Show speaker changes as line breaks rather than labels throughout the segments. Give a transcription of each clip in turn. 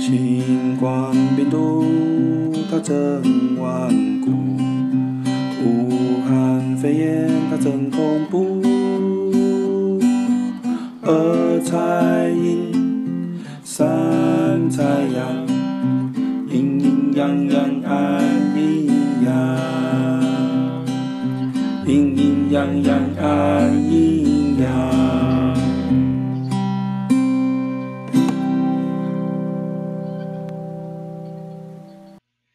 新冠病毒它真顽固，武汉肺炎它真恐怖。二菜阴，三菜阳，阴阴阳阳爱阴阳，阴阴阳阳爱阴阳。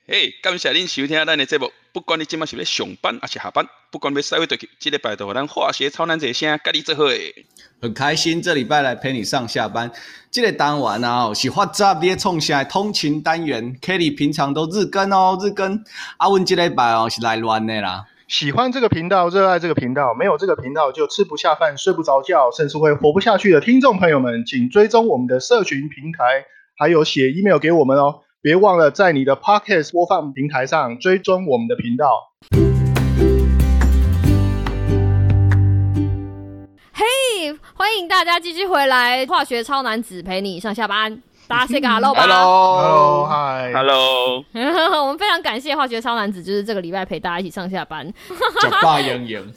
嘿感谢恁收听咱的节目。不管你即马是咧上班还是下班，不管要驶位倒去，即礼拜都互咱化学超男一声，甲你做伙诶。
很开心这礼拜来陪你上下班。这个单元啊，是发杂咧创啥的通勤单元？Kelly 平常都日更哦，日更。啊，阮这礼拜哦是来乱的啦。
喜欢这个频道，热爱这个频道，没有这个频道就吃不下饭、睡不着觉，甚至会活不下去的听众朋友们，请追踪我们的社群平台，还有写 email 给我们哦。别忘了在你的 podcast 播放平台上追踪我们的频道。
嘿，欢迎大家继续回来，化学超男子陪你上下班，大家 say 个 hello 吧。
Hello，
Hello，
哦嗨
Hello，
我们非常感谢化学超男子，就是这个礼拜陪大家一起上下班，
假发盈盈。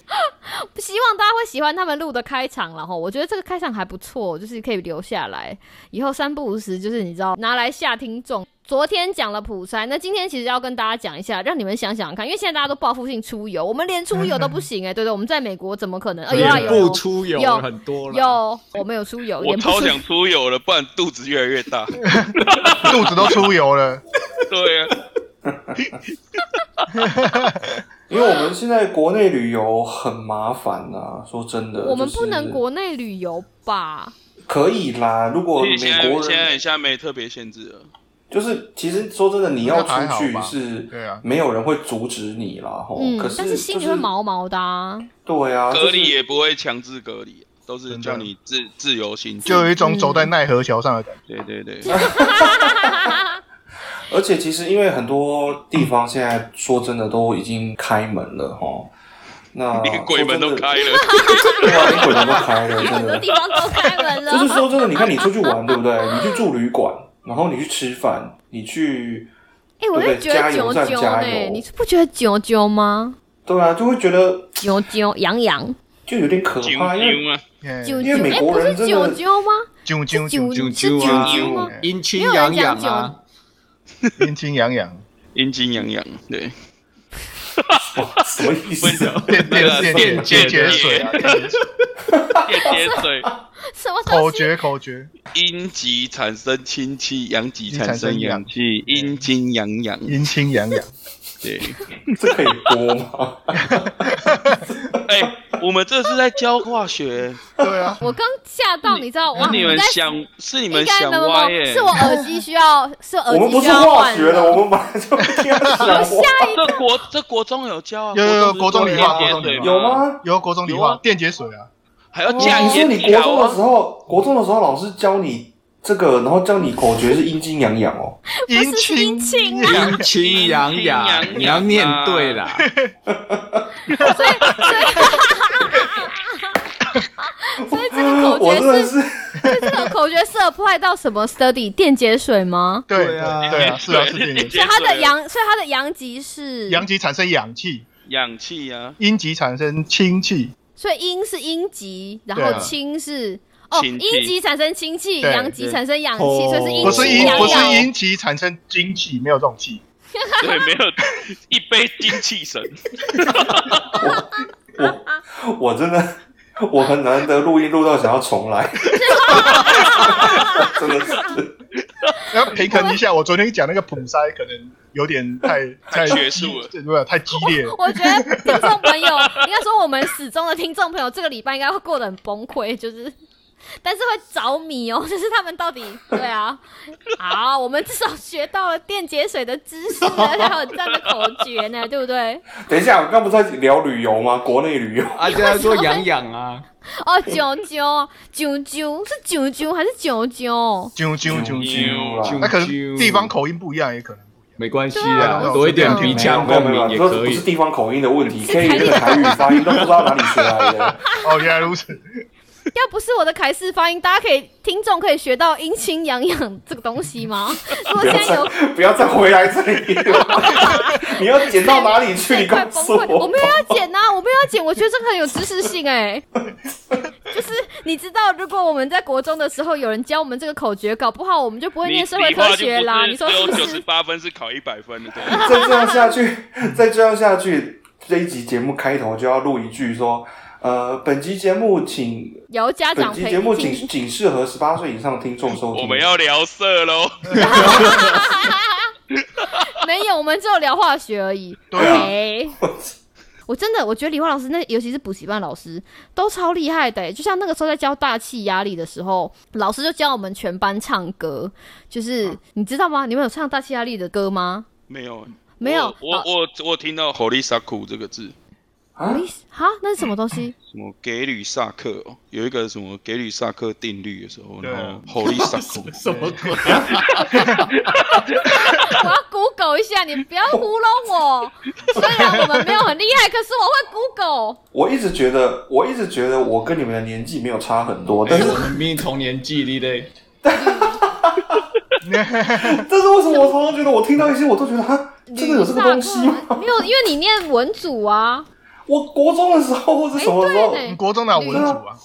希望大家会喜欢他们录的开场啦，然后我觉得这个开场还不错，就是可以留下来，以后三不五时就是你知道拿来吓听众。昨天讲了普筛，那今天其实要跟大家讲一下，让你们想想看，因为现在大家都报复性出游，我们连出游都不行哎、对对，我们在美国怎么可能？呃，有啊有
不
有
出游
有
很多了。
有，我们有出游，
我
也不
超
是
想出游了，不然肚子越来越 大。
肚子都出油了。
对啊，
因为我们现在国内旅游很麻烦啊，说真的，
我们
就是
不能国内旅游吧？
可以啦。如果
所
哦美
以现在
国
现在
人
现在没特别限制了。
就是，其实说真的，你要出
那还好
去
吧
是
对 啊
没有人会阻止你啦。吼，
嗯
哦可，是
但
就是
心里会毛毛的、啊。
对啊，
隔离
就是
也不会强制隔离，都是
真的
叫你自自由行
就有
动。
一啊种走在奈何桥上的感觉。
对对对，
而且其实因为很多地方现在说真的都已经开门了吼，那
连鬼门都开
了，
了。
对啊，连鬼门都开了，
很
真
多
的
地。方都开门了，
就是说真的，你看你出去玩，对不对？你去住旅馆，然后你去吃饭，你去
哎、我是觉得九
对
九
加油
呢，你是不觉得九九吗？
对啊，就会觉得
九九杨洋，
就有点可
啾
怕，因为
啾啊！
嘿
九
嗯因
九，
为美
哎、
国
不
人
是
真的
九九吗？
啾啾
九
啾，
啾
是
啾
九
啊
九吗？
阴晴洋洋
没有人
啊
讲，
阴晴洋洋，
阴茎痒痒，对，
什么意思？啊
电
那个
电电
电
电解水啊，电解水
电解水，
什么
口
东西？
诀口诀，
阴极产生氢气，阳极
极
产
产
生
生
氧
氧
气，阴茎痒痒，
嗯
阴晴洋洋。
对。
这可以播
哦
吗？
哎、我们这是在教化学，
对啊，
我刚吓到，你知道哇？
你们
应该
想是你们
应该
想
没有
歪
没有
耶、哦
是我耳机 需要，是耳
我们
机
不
需
是
要
化
换
学的，
了
我们本来就不要想
下一
这国这国中有教啊，
有有有
中是
国中理化
电解
国中
水
理化
有？吗？
有国中理
有啊
化电解水啊，
还要
你
加
说
哦
盐
哦你国
调
中的时
啊？
候，国中的时候老师教你这个，然后教你口诀是阴茎痒痒 哦。
阴
是
晴
阴晴啊
阴晴洋
阴晴洋啊洋
洋，你要念对啦。
所哎以这个
嗯我
口
真的
诀
是
是，这个口诀是 apply 到什么 study 电解水吗？
对
对
啊
对啊，是啊，是电解水。
所以它的阳，所以它的阳极是
阳极产生氧气，
氧气啊，
阴极产生氢气，
所以阴是阴极，然
对
后
啊
氢是、哦，
氢
阴
气
极产生氢气，
对
阳极
对
产生氧气，
哦
所以是
不
阴
是
气
阴
阳
不
阳
是。阴极产生精气，没有这种气。
对，没有一杯精气神，
我，我真的，我很难得录音录到想要重 来，真的是。
然后平衡一下，我昨天讲那个普筛可能有点太
太
太
学术了
激对不对？太激烈了。
我觉得听众朋友， 应该说我们始终的听众朋友，这个礼拜应该会过得很崩溃， 就是，但是会着迷哦， 就是他们到底对啊，好，我们至少学到了电解水的知识，而且还有这样的口诀呢，对不对？
等一下，我刚不是在聊旅游吗？国内旅游，
啊，就要说洋洋啊，
哦，九九九九是九九还是九九？
啾啾啾啾，
啦
那可能地方口音不一样，也可能不一样。
没关系
对
啊
啊，
多一点鼻腔
没有
共
没有
鸣
没
也
有，
可
这不
以
是。 地方口音的问题，可以那个台语发音都不知道哪里学来的。
哦，原来如此。
要不是我的凯式发音，大家可以听众可以学到阴晴阳痒这个东西吗？ 如果
不
现
要
在有
再不要再回来这 里了，你要剪到哪里去？你
哎快
告
崩
诉
溃！我
我
没。有要剪呐、我没有要剪，我觉得这个很有知识性 哎、就是你知道，如果我们在国中的时候有人教我们这个口诀，搞不好 我们就不会
你
念社会科学啦。你说是
只
不
有九十
是？
八分是考一百分的， 对。
再这样下去， 再这样下去，这一集节目开头就要录一句说，呃，本集节目请
由家
本
长
集
陪
节目
你
仅
听。
仅适合十八岁以上听众收
哦
听。
我们要聊色喽，
没有，我们只有聊化学而已。
对啊
OK 我真的，我觉得理化老师那，尤其是补习班老师，都超厉害的欸。就像那个时候在教大气压力的时候，老师就教我们全班唱歌，
嗯
就是你知道吗？你们有唱大气压力的歌吗？
没有
没有。
我我我我听到 “holy s a k u 这个字，
啊，
哈，那是什么 东西？
什么给吕萨克哦，有一个什么给吕萨克定律的时候，
对啊
然后 “holy s a k u
什么鬼？
我要 Google 一下，你不要糊弄我。虽然我们没有很厉害，可是我会 Google。
我一直觉得，我一直觉得我跟你们的年纪没有差很多，
哎
但是
我们明明同年纪的嘞，
但是为什么我常常觉得我听到一些我都觉得哈，真的有这个东西吗？
没有，因为啊你念文组啊，
我国中的时候或者什么时候，
哎对
你国中哪有文组啊？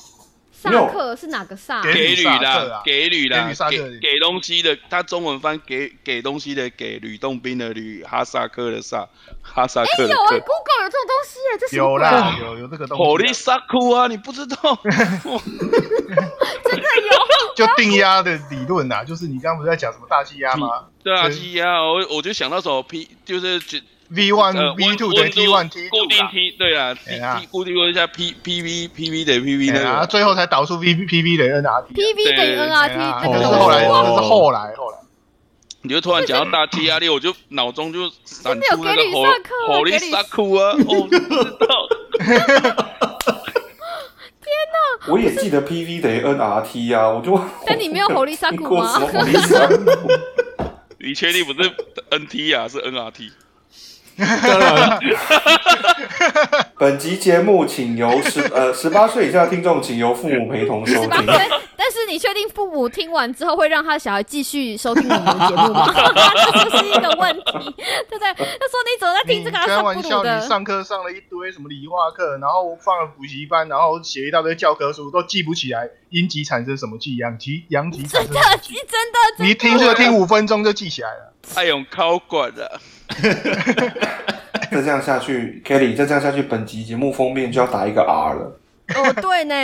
萨
没有
克是哪个萨？
给
给吕
给吕萨克
啦
啊，
给吕
给
啦
吕萨，克
给给东西的，他中文翻给给东西的给吕洞宾的吕，哈萨克的萨，哈萨克的
有啊
克。
，Google 有这种东西耶，这是什么
有
鬼
啦
啊，
有有这个东西啊，
火力萨库啊，你不知道？
就定压的理论呐、就是你刚刚不是在讲什么大气压吗
对啊，
对
鸡啊，我我就想到什么 P，就是就
？V
呃
one、V
温
嗯 two
温
等于
度
T one T
固
two
定
啦
T 对啊，T
哎呀
T 固定一下 P P V P V 等于 P V
哎呀，
的，
最后才导出 V P V 的 N R T。
，PV 等于
哎
NRT，
呀
那
那
个
个是
是
后
我
来，
说
那个是后来，后来。
你就突然讲到大气压力，我就脑中就闪出那
真的有给
个
吕
火
萨克啊
火力
给吕
萨库啊，哦，不知道。
我也记得 PV 等于 NRT 啊，我就
但你没有猴力萨
听
库
过什么啊
吗？
红利沙库？
你确定不是 N T 啊，是 N R T？
本集节目请由十呃十八岁以下听众请由父母陪同收
十八
听
分。，但是你确定父母听完之后会让他的小孩继续收听我们的节目吗？这就是一个问题，对不对？他说你怎么在听
你
这个阿啊
开
萨
玩
布鲁
笑，
的
你？上课上了一堆什么理化课，然后放了补习班，然后写一大堆教科书，都记不起来阴极产生什么气，阳极阳极产生
真的
什么气，，
真的，
你一听这个听五分钟就记起来了。
爱用考哎管啊的，
再这样下去，Kelly，再这样下去，本集节目封面就要打一个 R 了。
哦，对呢。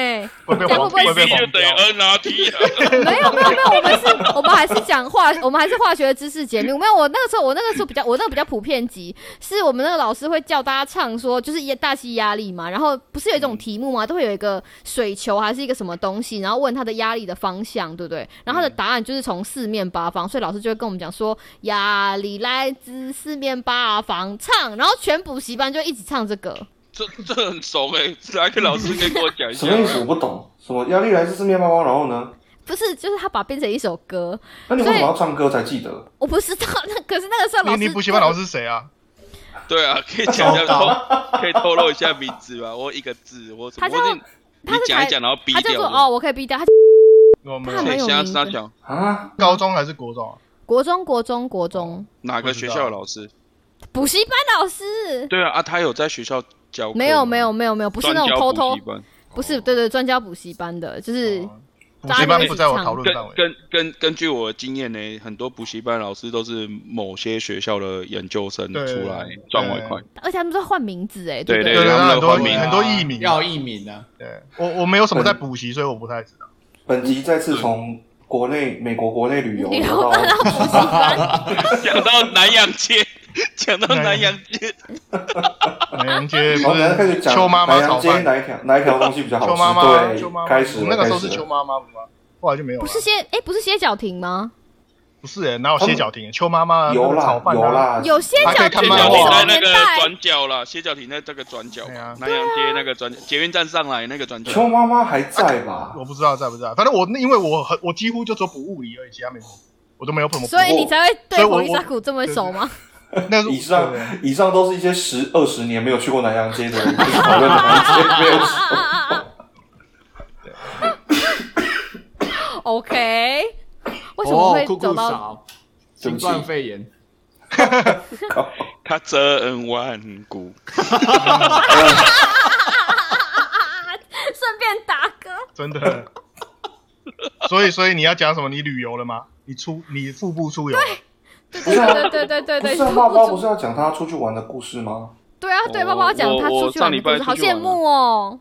会被
这样
黄
会不会
会被
P 就
黄
等于
标。
N R T 啊。
没有没有没有，我们是， 我们还是讲化，我们还是化学的知识节目。没有，我那个时候，我那个时候比较，我那个比较普遍级，是我们那个老师会叫大家唱说，就是一大气压力嘛，然后不是有一种题目嘛，都会有一个水球还是一个什么东西，然后问它的压力的方向，对不对？然后它的答案就是从四面八方，所以老师就会跟我们讲说，压力来自四面八方，唱，然后全补习班就一起唱这个。
这这很熟哎、哪个老师可以跟我
哎
讲一
什
下
么？意思？我不懂。什么压力来自四面八方？然后呢？
不是，就是他把它变成一首歌，
那你为什么要唱歌才记得？
我不知道。那可是那个时候老师，
你你补习班老师是谁啊？
对啊，可以讲一下透，可以透露一下名字吧？我一个字，我
他叫
我是你
他是
讲一
台
讲，然后逼
他叫
掉
做
我。
哦，我可以逼掉他。
我
他
们
很
谁
有
现在
名
撒
的
娇？
啊？
高中还是国中啊？
国中，国中，国中
哪个学校的老师？
补习班老师
对啊，啊，他有在学校教课吗？
没有，没有，没有，没有，不是那
专
种
教
偷
补
偷
习，班
不是，对对，专家补习班的，就是
哦补习班不欸在我讨论范
根
围。
根根根据我的经验呢，很多补习班老师都是某些学校的研究生
对
出来赚外快。
而且他们都换名字哎，
对
不
对
对
他很多
他们有
很多艺名啊，
要艺名啊，
对我我没有什么在补习，所以我不太知道。
本集再次从国内美国国内旅游
旅 游
到
讲到南洋街， 讲到南洋 街，
南洋街
然
不
后等一下开始
是
讲
邱妈妈
南
炒
洋街
饭，
哪一条哪一条东西比较好
邱
吃？
妈妈，邱妈
对，
妈，
开始
我
了
那个时候
开始
是
了
邱妈妈不吗？后来就没有了。
不是歇哎，不是歇脚亭吗？
不是哎，哪有歇脚亭？邱妈妈
有
那个
啦
炒饭啊
有，啦，
有歇
还可
脚
以
亭
看
歇
漫
什
脚
画
亭在
么
那
年
个
代？
转角啦，歇脚亭在这个转角
对啊，
南洋街那个转角，捷运站上来那个转
邱
角。
妈妈还在吧？
我不知道在不在。反正我因为我很我几乎就只有补物理而已，其他没补，我都没有什么补。
所以你才会
所
对
以我
红利沙谷这么熟吗？
那是
以上
对
以上都是一些十二十年没有去过南洋街的人，就是讨论南洋街没有。
OK，为什
哦
么会
酷
走
酷
到？
少，新冠肺炎，
他真顽固。
顺便打嗝，
真的。 所以，所以你要讲什么？你旅游了吗？你出你腹部出游了，
对
不是啊
对对对对
不
对
是
对，
啊，爸爸
出
不是要讲他出去玩的故事吗？
对啊，对，
我
爸爸要讲
我
他出
我
去
上
玩的
礼
故
拜
事，好
出去玩
羡慕哦。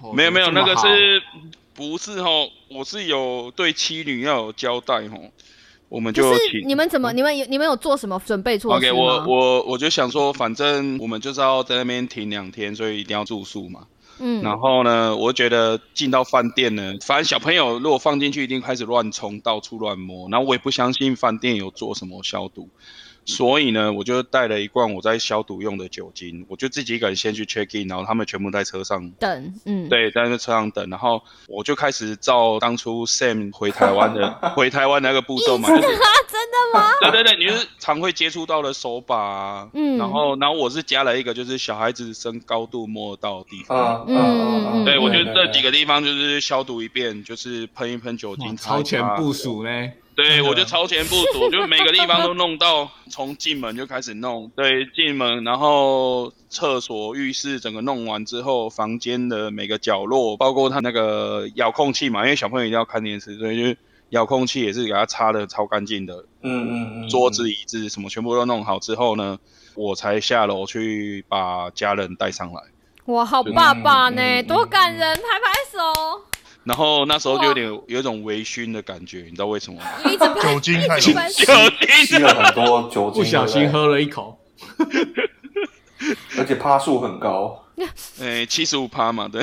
哦
没有没有，
怎么
那
这么
个
好
是不是吼？我是有对妻女要有交代吼，我们
不
就是请
你们怎么？你们有你们有做什么准备措施
OK，
吗？
我我我就想说，反正我们就是要在那边停两天，所以一定要住宿嘛。
嗯，
然后呢，我觉得进到饭店呢，反正小朋友如果放进去，一定开始乱冲，到处乱摸。然后我也不相信饭店有做什么消毒，所以呢，我就带了一罐我在消毒用的酒精，我就自己一个人先去 check in，然后他们全部在车上。
等，嗯，
对，在那车上等，然后我就开始照当初 Sam 回台 湾的回台湾那个步骤嘛，就是
啊，真的吗？
对对对，你就是常会接触到的手把、啊，
嗯
然后然后我是加了一个就是小孩子身高度摸得到的地方，
啊，
嗯嗯嗯
对我觉
就
得这几个地方就是消毒一遍，就是喷一喷酒
哇
精，
超前
啊
擦一擦
部，署呢？
对我就超前部署，就每个地方都弄到，从进门就开始弄，对，进门然后厕所、浴室整个弄完之后，房间的每个角落，包括他那个遥控器嘛，因为小朋友一定要看电视，所以就遥控器也是给他擦的超干净的，
嗯嗯嗯，
桌子、椅子什么全部都弄好之后呢，我才下楼去把家人带上来。
哇，好爸爸呢，
嗯嗯嗯
多感人，拍拍手，
然后那时候就有点有一种微醺的感觉，你知道为什么吗？
你一直拍，
酒精 太
一直
浓。
拍手
酒
吸
精
了很多酒 精，
不小心
对
喝了一口，
不对，而且趴数很高。
诶，哎七十五趴嘛，对，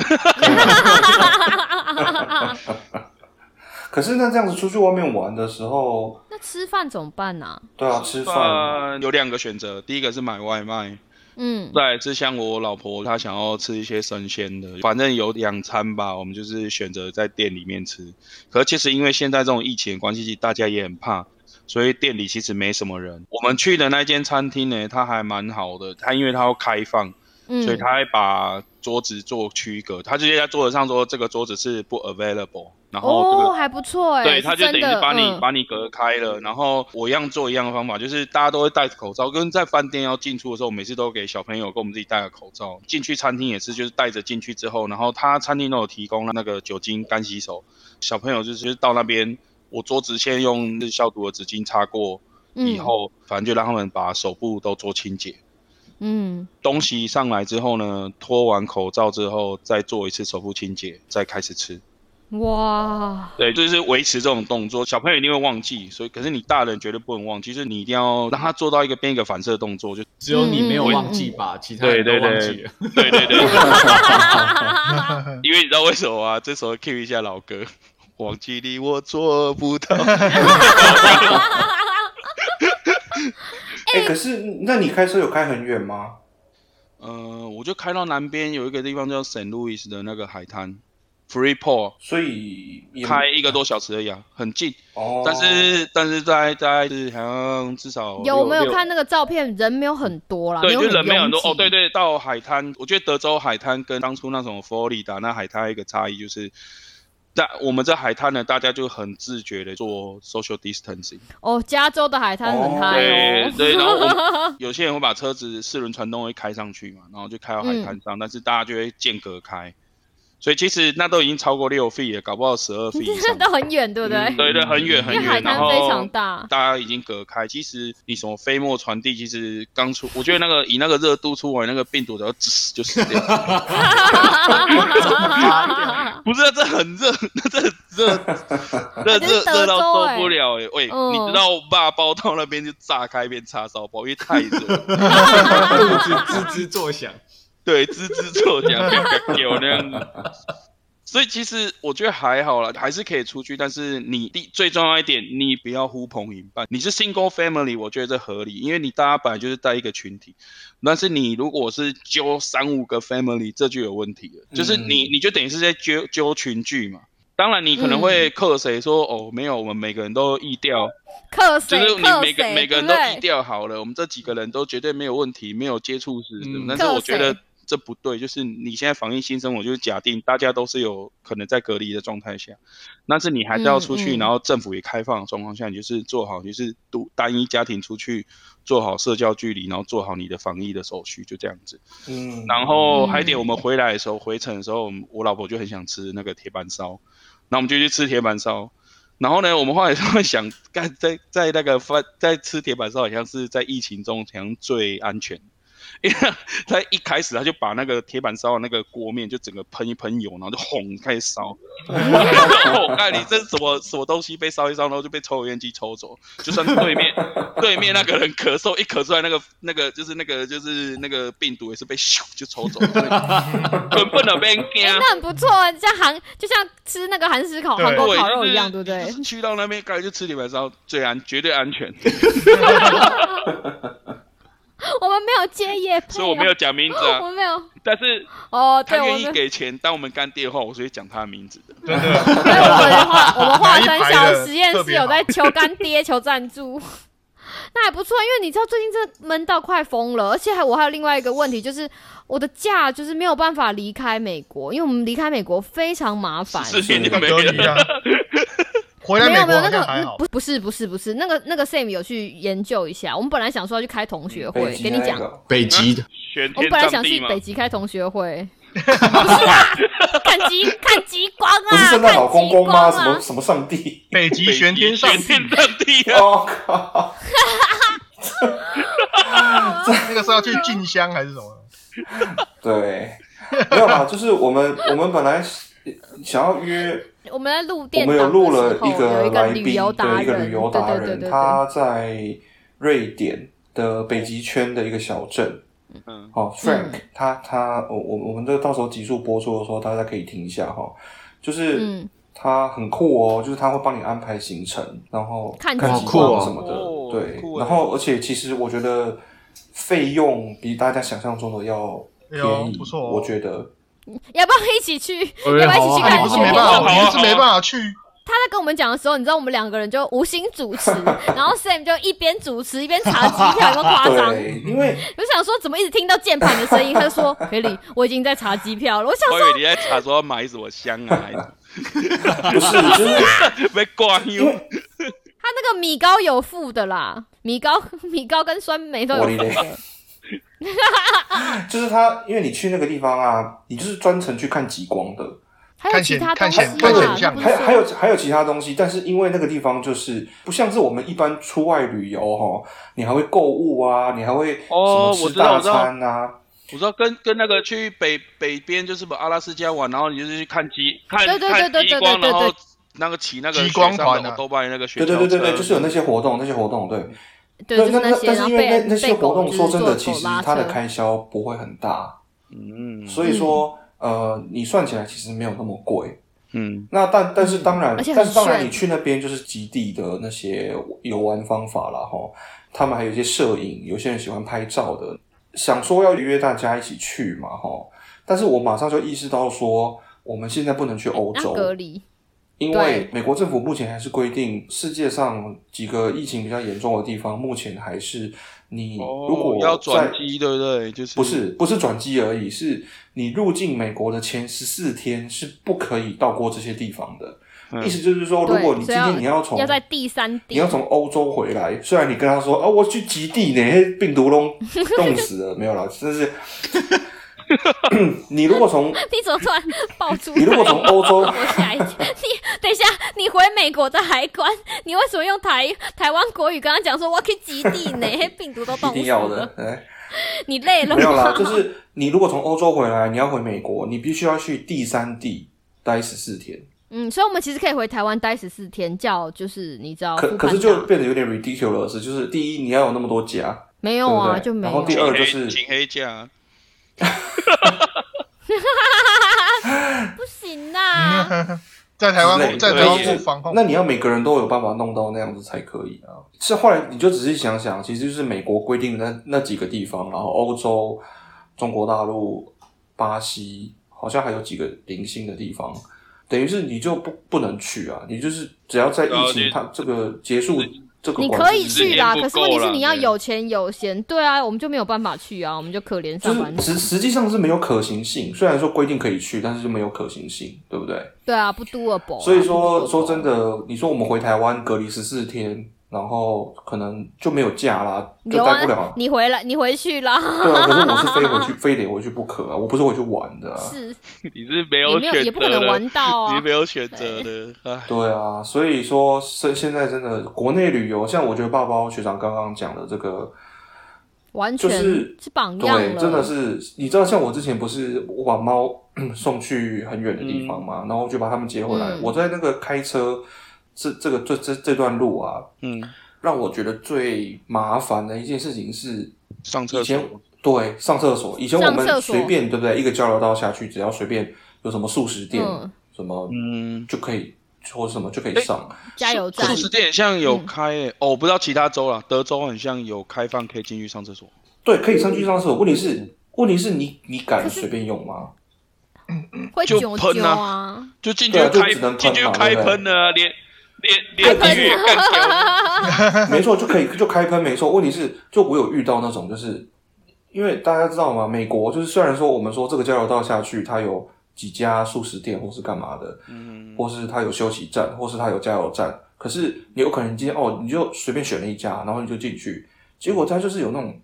可是那这样子出去外面玩的时候，
那吃饭怎么办呢？
对啊，吃饭，
饭有两个选择，第一个是买外卖，
嗯，
再来是像我老婆她想要吃一些生鲜的，反正有两餐吧，我们就是选择在店里面吃。可是其实因为现在这种疫情的关系，大家也很怕，所以店里其实没什么人。我们去的那间餐厅呢，它还蛮好的，它因为它要开放，
嗯
所以他还把桌子做区隔，他直接在桌子上说这个桌子是不 available，然后这个、
哦，还不错哎，
对，
是
他就等
真
于
的
是把你、
嗯
把你隔开了，然后我一样做一样的方法，就是大家都会戴着口罩，跟在饭店要进出的时候，我每次都给小朋友跟我们自己戴个口罩。进去餐厅也是，就是戴着进去之后，然后他餐厅都有提供那个酒精干洗手，小朋友就是到那边，我桌子先用消毒的纸巾擦过，以后反正就让他们把手部都做清洁。
嗯，
东西上来之后呢，脱完口罩之后再做一次手部清洁，再开始吃。
嗯哇，
对，就是维持这种动作，小朋友一定会忘记，所以可是你大人绝对不能忘记，就是你一定要让他做到一个变一个反射动作，就
只有你
嗯
没有忘记
嗯
吧？其他
对
人都
对
忘
对
记 了。
对对对， 因为你知道为什么啊？这时候 cue 一下老歌，忘记你我做不到，
哎、可是那你开车有开很远吗？
呃，我就开到南边有一个地方叫 Saint Louis 的那个海滩，Freeport，
所以也
开一个多小时而已啊，很近，
哦，
但是但是在在是好像至少
有
哦六
没有
六
看那个照片？人啊没有很多啦，
对，就人没有很多
拥挤
哦。对，对，到海滩，我觉得德州海滩跟当初那种佛罗里达那海滩一个差异就是，在我们这海滩呢，大家就很自觉的做 social distancing。
哦，加州的海滩很
哦
嗨
对
哦，
对，然后我们有些人会把车子四轮传动会开上去嘛，然后就开到海
嗯
滩上，但是大家就会间隔开，所以其实那都已经超过六 feet 了，搞不好十二 feet 以上。
都很 远，对不对
嗯？
对对，很远很
因为海
远，然
滩
后
非常 大
大家已经隔开。其实你什么飞沫传递，其实刚出，我觉得那个以那个热度出来，那个病毒只要就死掉。不是、啊，这很热，那这热热
这是
热热
德州
到
欸
受不了哎、喂，
嗯
你知道我爸包到那边就炸开变叉烧包，因为太热了，
肚子吱吱作响。
对，吱吱作响，有那样子。所以其实我觉得还好啦，还是可以出去，但是你第最重要一点，你不要呼朋引伴。你是 single family，我觉得这合理，因为你大家本来就是带一个群体。但是你如果是揪三五个 family，这就有问题了，就是你你就等于是在揪揪群聚嘛。当然，你可能会克谁说、哦，没有，我们每个人都意调，
克
就
谁？
是你
克
每个
谁
每个人
对
都
不对
意调好了，我们这几个人都绝对没有问题，没有接触史什么
嗯
但是我觉
克
得
谁
这不对，就是你现在防疫新生活，就是假定大家都是有可能在隔离的状态下，但是你还是要出去，
嗯嗯
然后政府也开放的状况下，你就是做好，就是独单一家庭出去做好社交距离，然后做好你的防疫的手续，就这样子。
嗯，
然后
嗯
还有一点，我们回来的时候，回程的时候，我们我老婆就很想吃那个铁板烧，那我们就去吃铁板烧。然后呢，我们后来就 会想，干在在那个饭在吃铁板烧，好像是在疫情中好像最安全， 因为他一开始他就把那个铁板烧的那个锅面就整个喷一喷油，然后就轰开始烧。我看你这是什么什么东西被烧一烧，然后就被抽油烟机抽走。就算对面对面那个人咳嗽，一咳出来，那个 那个就是那个就是那个病毒也是被咻就抽走，所以根本的被
哎、
干。
那很不错，像韩就像吃那个韩式烤
对
韩国
对，
烤肉
就是
一样，对不对
就？是哎去到那边，感觉就吃铁板烧最安，绝对安 全。
我们没有接夜配、啊，
所以我没有，讲名字
我
啊，
们没有。
但是
哦，
他
对，我
愿
们
意给钱当我们干爹的话，我是会讲他的名字的。
真的，
所以我们化我们化
哪
三小
一排的
实验
特
室
别好
有在求干爹、求赞助，那还不错。因为你知道最近真的闷到快疯了，而且还我还有另外一个问题，就是我的假就是没有办法离开美国，因为我们离开美国非常麻烦。
四天就
跟
没
隔离
了，
啊。回来
没有
美
没
国
有
好像
那个嗯
还好，
不不是不是不是那个那个 Sam 有去研究一下，我们本来想说要去开同学会
嗯北，极
跟你
那
讲，
个
北极的，
选
我
天
们本来想
占
去
地嘛。
北极开同学会， 不是啊，看极看极光啊，
不是圣诞老公公吗？
看极
什
光啊
么什么上帝？
北极
北
玄天上
玄天上帝啊！
哦靠！
那个是要去进香还是什么？
对，没有啦，就是我们我们本来想要约
我们在录
我
电
们
档的时
有
候，
录了
有一
个来宾，
旅游达
对一个
人，
旅游达
对对对对
人，
对，
他在瑞典的北极圈的一个小镇。
嗯，
哦，Frank，、他他我我我们这个到时候集数播出的时候，大家可以听一下哈、就是。
嗯
他很酷哦，就是他会帮你安排行程，然后
看
看
极
极
光
光什么的，
哦
对
酷。耶
然后，而且其实我觉得费用比大家想象中的要
哎
便
呦
宜，
不错哦
我觉得。
要不要一起去？
我
要不要一起去
哦你
看
不是
雪
没
天
办
上
法，
帝？
好啊
我就是没办法去。
他在跟我们讲的时候，你知道我们两个人就无心主持，然后 Sam 就一边主持一边查机票，有没有夸张？
对，因为
我想说怎么一直听到键盘的声音？他就 说：“可里，我已经在查机票了。”我想
我
说
以为你在查说要买什么香啊，还是
不是，就是
被挂
因为
丢。
他那个米糕有附的啦，米糕 米糕跟酸梅都有
我
附
的
的
嘞。就是他，因为你去那个地方啊，你就是专程去看极光的，
还有
看
其
显
他东
看
西
显
啦，
看显
他
像
不是
还有
说
还有还有其他东西，但是因为那个地方就是不像是我们一般出外旅游哈，你还会购物啊，你还会什
哦
么
我
吃
知道
大餐啊，
我知道跟跟那个去北北边就是把阿拉斯加玩，然后你就是去看极看
对对对对
看极光，然
对对对对
后那个骑那个
极光
雪上
团啊
的都拜那个雪
对
橇
对
车，
对对对，就是有那些活动，那些活动对。
对，就是
那那
些，
但
然
是
后
因为
被
那那些
被
活
狗
动，
就是
说真
做
的，
狗
其实
拉
它的
车
开销不会很大，
嗯
所以说呃，你算起来其实没有那么贵。
嗯
那但但是当然，
而且很
但是当然，
炫
你去那边就是极地的那些游玩方法啦，哈，他们还有一些摄影，有些人喜欢拍照的，想说要约大家一起去嘛，哈，但是我马上就意识到说，我们现在不能去欧
那
洲，
隔离。
因
对
为美国政府目前还是规定，世界上几个疫情比较严重的地方，目前还是你
哦
如果
要转
在
机对不对就是
不是不是转机而已，是你入境美国的前十四天是不可以到过这些地方的。
嗯
意思就是说，如
对，
果你
所
今
以
天你要从
要在第三
你
地
要，从欧洲回来，虽然你跟他说啊，我去极地呢，那病 毒都冻死了，没有啦，真是。 你如果 从
你怎么突然爆出来？
你如果从欧洲，
我吓一跳！你等一下，你回美国的海关，你为什么用台台湾国语跟他讲说我要去极地 呢？那病毒都冻
一定
死
要
了
的，，哎。
你累了吗？
没有啦，就是你如果从欧洲回来，你要回美国，你必须要去第三地待十四天。
嗯，所以我们其实可以回台湾待十四天，叫就是你知道，
可
哦复
可是
盘
就
档
变得有点 ridiculous，就是第一你要有那么多家，
没有啊，
对不
就
对
没
然后第
有。
二
请
就
黑
是
请黑啊假，
不行 啊，
在台
之类
湾，
的
在台湾不防控
那，你要每个人都有办法弄到那样子才可以啊。是后来你就仔细想想，其实就是美国规定的那那几个地方，然后欧洲、中国大陆、巴西，好像还有几个零星的地方。等于是你就不不能去啊，你就是只要在疫
然后
情
就
它这个结束这个
你
管
可
制
以
是
去啦，
时间不
可是问题
够
是
啦
你要
对
有钱有闲，对啊，我们就没有办法去啊，我们就可怜
就
上班
是
族，
实实际上是没有可行性，虽然说规定可以去，但是就没有可行性，对不对？
对啊，不 doable 啊。
所以
不
说
doable
说真，的，你说我们回台湾隔离十四天，然后可能就没有假啦，就
有
待不了
啊，。你回来，你回去啦，
对啊，可是我是非回去， 非得回去不可啊！我不是回去玩的、啊。
是
你是没
也
有
没有
选
也不可
择
能
的，
玩到
你
啊
没。有选择的，唉，
对啊，所以说现现在真的国内旅游，像我觉得爸包学长刚刚讲的这个，
完
就
全
是
是榜样
对，
了，
真的是，你知道，像我之前不是我把猫 送去很远的地方嘛，然后就把它们接回来。
嗯
我在那个开车这这个这这这段路啊，
嗯，
让我觉得最麻烦的一件事情是，
上厕
以前
所，
对上厕所，以前我
上厕
们
所
随便对不对？一个交流道下去，只要随便有什么素食店、
嗯
什么
嗯，
就可以，或者什么就可以
哎
上。
加油站
素。食店很像有
嗯
开诶、哦，我不知道其他州啦，德州很像有开放可以进去上厕所。
对，可以
嗯
上去上厕所。问题是，问题是你你敢随便用吗？
会
就
啾
喷
啾
啊
啊，
就进去
对啊
开
就只能喷嘛
进去开喷了啊，连连连地狱也干 掉。
没错，就可以就开喷，没错。问题是，就我有遇到那种，就是因为大家知道吗？美国就是虽然说我们说这个交流道下去，它有几家素食店或是干嘛的，
嗯，
或是它有休息站，或是它有加油站，可是你有可能今天哦，你就随便选了一家，然后你就进去，结果它就是有那种，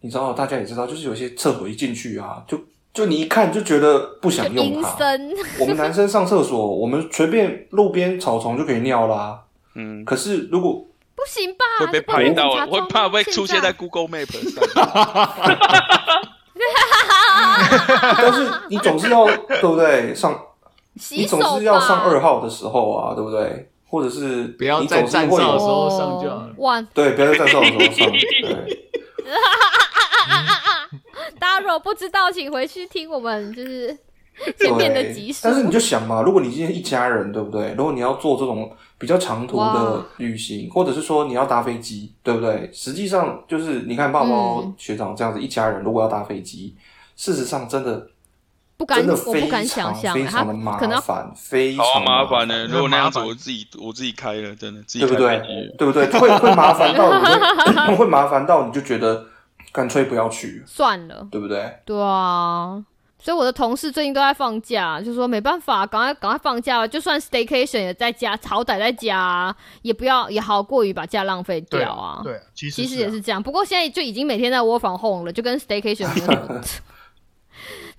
你知道，大家也知道，就是有一些厕所一进去啊，就就你一看就觉得不
就
想用
阴
它。
森，
我们男生上厕所，我们随便路边草丛就可以尿啦。
嗯，
可是如果
不行吧？
会被
这不能
拍到
警察
啊，会
抓吗
怕会出现在 Google Map 上。
但是你总是要对不对？上
洗
你
手
总
吧
是要上二号的时候啊，对不对？或者是
不要
你
在
总是
站
会
哨的时
有
候上就好了
哦。哇，
对，不要在站哨的时候 上。对，
大家如果不知道，请回去听我们 就是前面的集
对。
数
但。是你就想嘛，如果你今天一家人，对不对？如果你要做这种比较长途的
哇
旅行，或者是说你要搭飞机，对不对？实际上就是你看爸爸
嗯
学长这样子一家人，如果要搭飞机，事实上真的
不敢，
真的
我不
非常
敢想象
非，
他
常的麻
可能要
烦，非
好啊
常
麻烦
呢
呢，。如果那样子
麻烦
我自己我自己开了，真的自己
对
开
不对
飞机？
对不对？会会麻烦到你会 会麻烦到你就觉得干脆不要去，
算了，
对不对？
对啊。所以我的同事最近都在放假，就说没办法，赶快赶快放假吧。就算 staycation 也在家，好歹在家啊、也不要也好过于把假浪费
对
掉啊。
对，其实
其实也
啊
是这样，不过现在就已经每天在 work from home 了，就跟 staycation 没有什么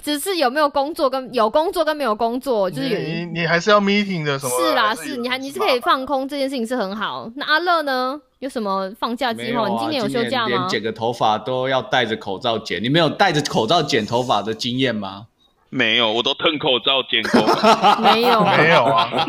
只是有没有工作跟有工作跟没有工作，就是有
你你你还是要 meeting 的什么的？
是啦，
还
是
有
你还你是
麻
可以
烦
放空这件事情是很好。那阿乐呢？有什么放假
没
计
有
划？
啊，
你今年有休假
连
吗？
剪个头发都要戴着口罩剪，你没有戴着口罩剪头发的经验吗？
没有，我都吞口罩监控。
没有
没 有啊，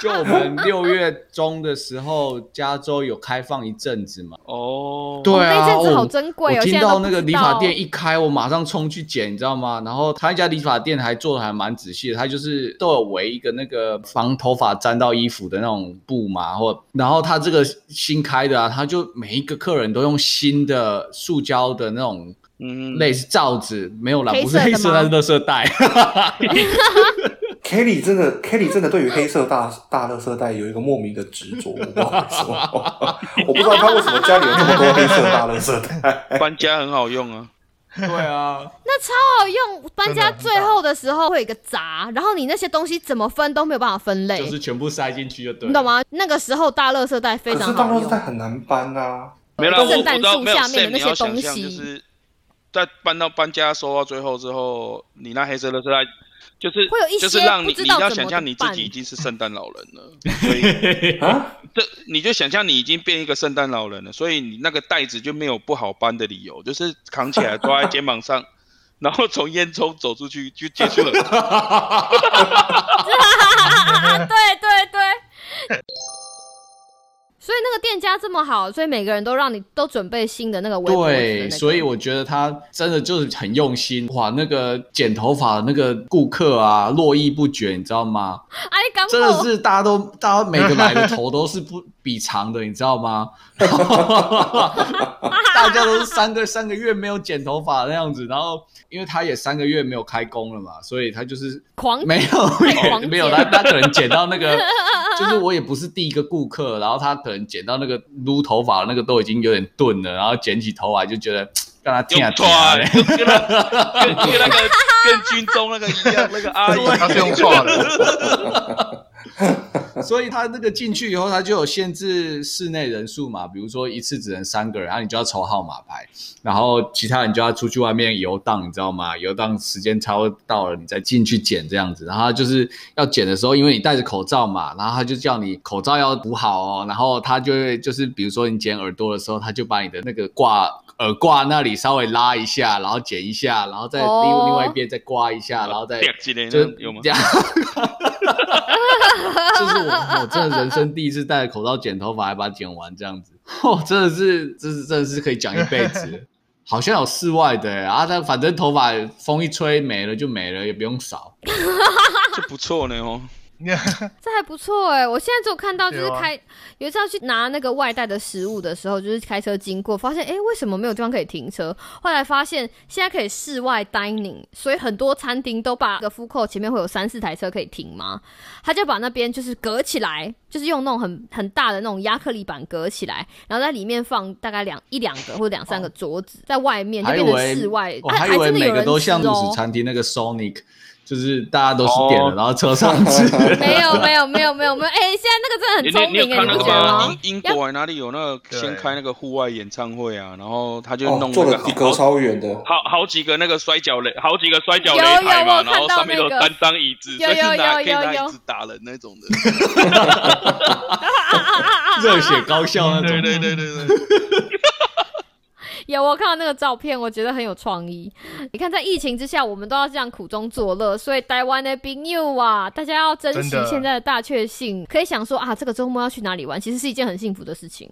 就我们六月中的时候，加州有开放一阵子嘛。
哦，
对啊，
那阵子好
哦
珍贵哦
我听
现在都
到
不
那个
知
理发
道
店一开，我马上冲去剪，你知道吗？然后他一家理发店还做的还蛮仔细的，他就是都有围一个那个防头发沾到衣服的那种布嘛，或然后他这个新开的啊，他就每一个客人都用新的塑胶的那种
嗯，
类似罩子，没有啦，
黑
不是
色的
黑色，
吗
那是垃圾袋。
Kelly 真的，Kelly 真的对于黑色大大垃圾袋有一个莫名的执着，我不知道为什么， 我不知道他为什么家里有这么多黑色大垃圾袋。
搬家很好用啊。
对 啊，
那超好哦用。搬家最后的时候会有一个闸，然后你那些东西怎么分都没有办法分类，
就是全部塞进去就对。
你懂？吗？那个时候大垃圾袋非
可
常
是大
好
垃圾
用
袋。很难搬啊，
没啦，我
圣
我
诞
知道
树
没有
下面
Sam，
的那
你
些
要想
东
象就
西
是在搬到搬家收到最后之后，你那黑色垃圾袋就是
会有一
就是
些
让
不
你
知
你
道
要
怎
想
么
象你自
办
己已经是圣诞老人了，所 以
啊，
这你就想象你已经变一个圣诞老人了，所以你那个袋子就没有不好搬的理由，就是扛起来抓在肩膀上。 然后从烟囱走出去就 结束了。
啊对对对。 所以那个店家这么好，所以每个人都让你都准备新的那个围脖子的那
对，
个
所以我觉得他真的就是很用心哇！那个剪头发的那个顾客啊，络绎不绝，你知道吗？
啊，你刚
真的是大家都， 大家每个买的头都是不比长的，你知道吗？大家都是三个三个月没有剪头发那样子，然后因为他也三个月没有开工了嘛，所以他就是
狂
没
太嗯狂
有
剪
没有他他可能剪到那个，就是我也不是第一个顾客，然后他可能剪到那个撸头发那个都已经有点钝了，然后剪起头来就觉得让他
用
听啊听啊
抓，就跟那跟跟那个跟军中那个一样，那个阿姨
他是用错的，
所以他那个进去以后，他就有限制室内人数嘛，比如说一次只能三个人，然后你就要抽号码牌，然后其他人就要出去外面游荡，你知道吗？游荡时间差不多到了，你再进去捡这样子。然后他就是要捡的时候，因为你戴着口罩嘛，然后他就叫你口罩要补好哦，然后他就会就是比如说你剪耳朵的时候，他就把你的那个挂。耳挂那里稍微拉一下，然后剪一下，然后再另
哦
另外一边再刮一下，然后再
两级的
就是
有吗
这？样， 就是我我真的人生第一次戴着口罩剪头发，还把它剪完这样子，哦，真的是，这是真的是可以讲一辈子。好像有室外的、欸，啊，但反正头发风一吹没了就没了，也不用扫。
这不错呢哦。
这还不错哎、我现在只有看到就是
对啊
开有一次要去拿那个外带的食物的时候，就是开车经过，发现哎、诶为什么没有地方可以停车？后来发现现在可以室外 dining，所以很多餐厅都把那个 f o o d court 前面会有三四台车可以停嘛，他就把那边就是隔起来，就是用那种很很大的那种亚克力板隔起来，然后在里面放大概两一两个或两三个桌子，在外面就
哦还以
变成
为
室外，
我
啊
还以为
真的
每
有
个
人
都像
吃
路
哦
食餐厅那个 Sonic，就是大家都是点
哦
了，然后车上 吃。
没有没有没有没有没有，哎、现在那个真
你
的 很
你有
聪明哎、
看
你
那
不
个
觉得吗
吗？？英英国还哪里有那个先开那个户外演唱会啊，然后他就
哦
弄，
做
那
的
个
比隔
好
超远的，
好好几个那个摔跤擂，好几个摔跤
有
擂台嘛，
有我有
然后
看到
上面都
那
有
个
三张椅子，
有
所以
有
是拿
有
可以拿
有有
椅子打人那种的。
热血高校那种。
对对对对 对，
有，我看到那个照片，我觉得很有创意。你看，在疫情之下，我们都要这样苦中作乐，所以台湾的朋友啊，大家要珍惜
真的
现在的大确幸，可以想说啊，这个周末要去哪里玩，其实是一件很幸福的事情。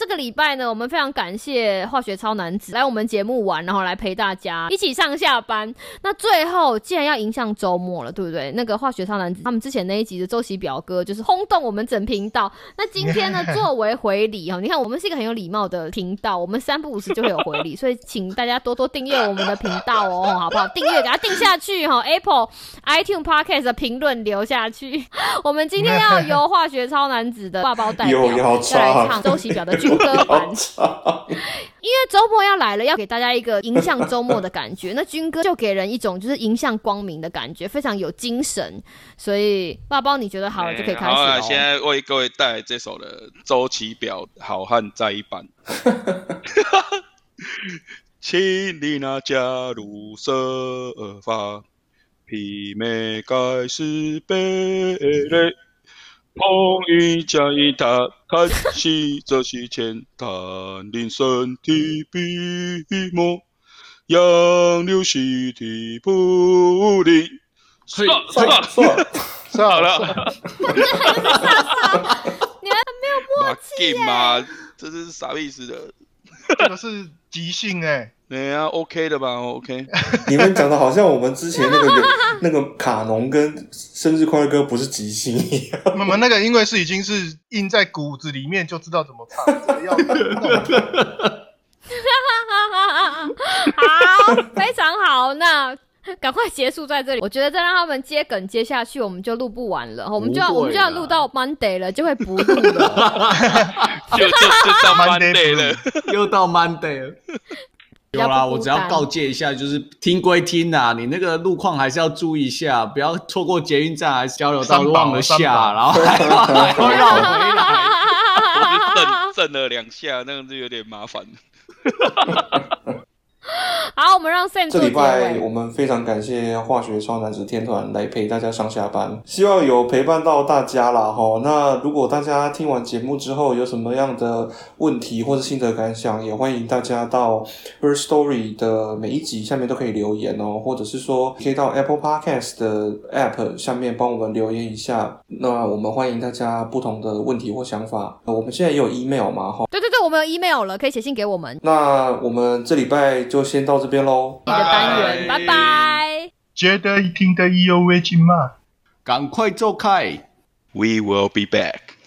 这个礼拜呢，我们非常感谢化学超男子来我们节目玩，然后来陪大家一起上下班。那最后，既然要迎向周末了，对不对？那个化学超男子他们之前那一集的周琦表哥就是轰动我们整频道。那今天呢，作为回礼哦，你看我们是一个很有礼貌的频道，我们三不五时就会有回礼，所以请大家多多订阅我们的频道哦， 好不好？订阅给它定下去哈、哦、，Apple iTune Podcast 的评论留下去。 我们今天要由化学超男子的挂包代表
又要
再来
唱
唱周琦表的军歌版
要。唱
因为周末要来了，要给大家一个迎向周末的感觉。那军哥就给人一种就是迎向光明的感觉，非常有精神。所以爸包，你觉得好了就可以开始
好
了
啊
哦。
现在为各位带来这首的周琦表《好汉再一班》。 请你那加入设法，媲美盖世贝勒。碰一加一打，看起这些钱，谈令身体笔墨，杨柳溪堤不离。
所以
算哎算，
是好了，
马 game 嘛，这是啥意思的？
这个是即兴哎，
哎呀，OK 的吧？OK，哦
你们讲的好像我们之前那个有那个卡农跟生日快乐歌不是即兴一样，
我们那个因为是已经是印在骨子里面，就知道怎么 唱，这个要
好，非常好，那。赶快结束在这里，我觉得再让他们接梗接下去，我们就录不完了，我们就要
不会啦
我们就要录到 Monday 了，就会不录了。
就就就到
Monday
Monday 了。
又到 Monday 了。 有啦，
比较不孤单
我只要告诫一下，就是听归听啦，你那个路况还是要注意一下，不要错过捷运站还是交流道
三宝
忘了
三
下，
宝
然后还要还要绕 回来。
我是震震了两下，那样就有点麻烦。
好，我们让 Sam
这
做结
礼拜
尾。
我们非常感谢化学超男子天团来陪大家上下班，希望有陪伴到大家啦哈。那如果大家听完节目之后有什么样的问题或是心得感想，也欢迎大家到 Bird Story 的每一集下面都可以留言哦，或者是说可以到 Apple Podcast 的 App 下面帮我们留言一下。那我们欢迎大家不同的问题或想法。呃我们现在也有 email 嘛哈。
对对对，我们有 email 了，可以写信给我们。
那我们这礼拜就先到这边喽。
你的单元，
拜
拜拜。
觉得听得意犹未尽嘛。
赶快走开！
We will be back.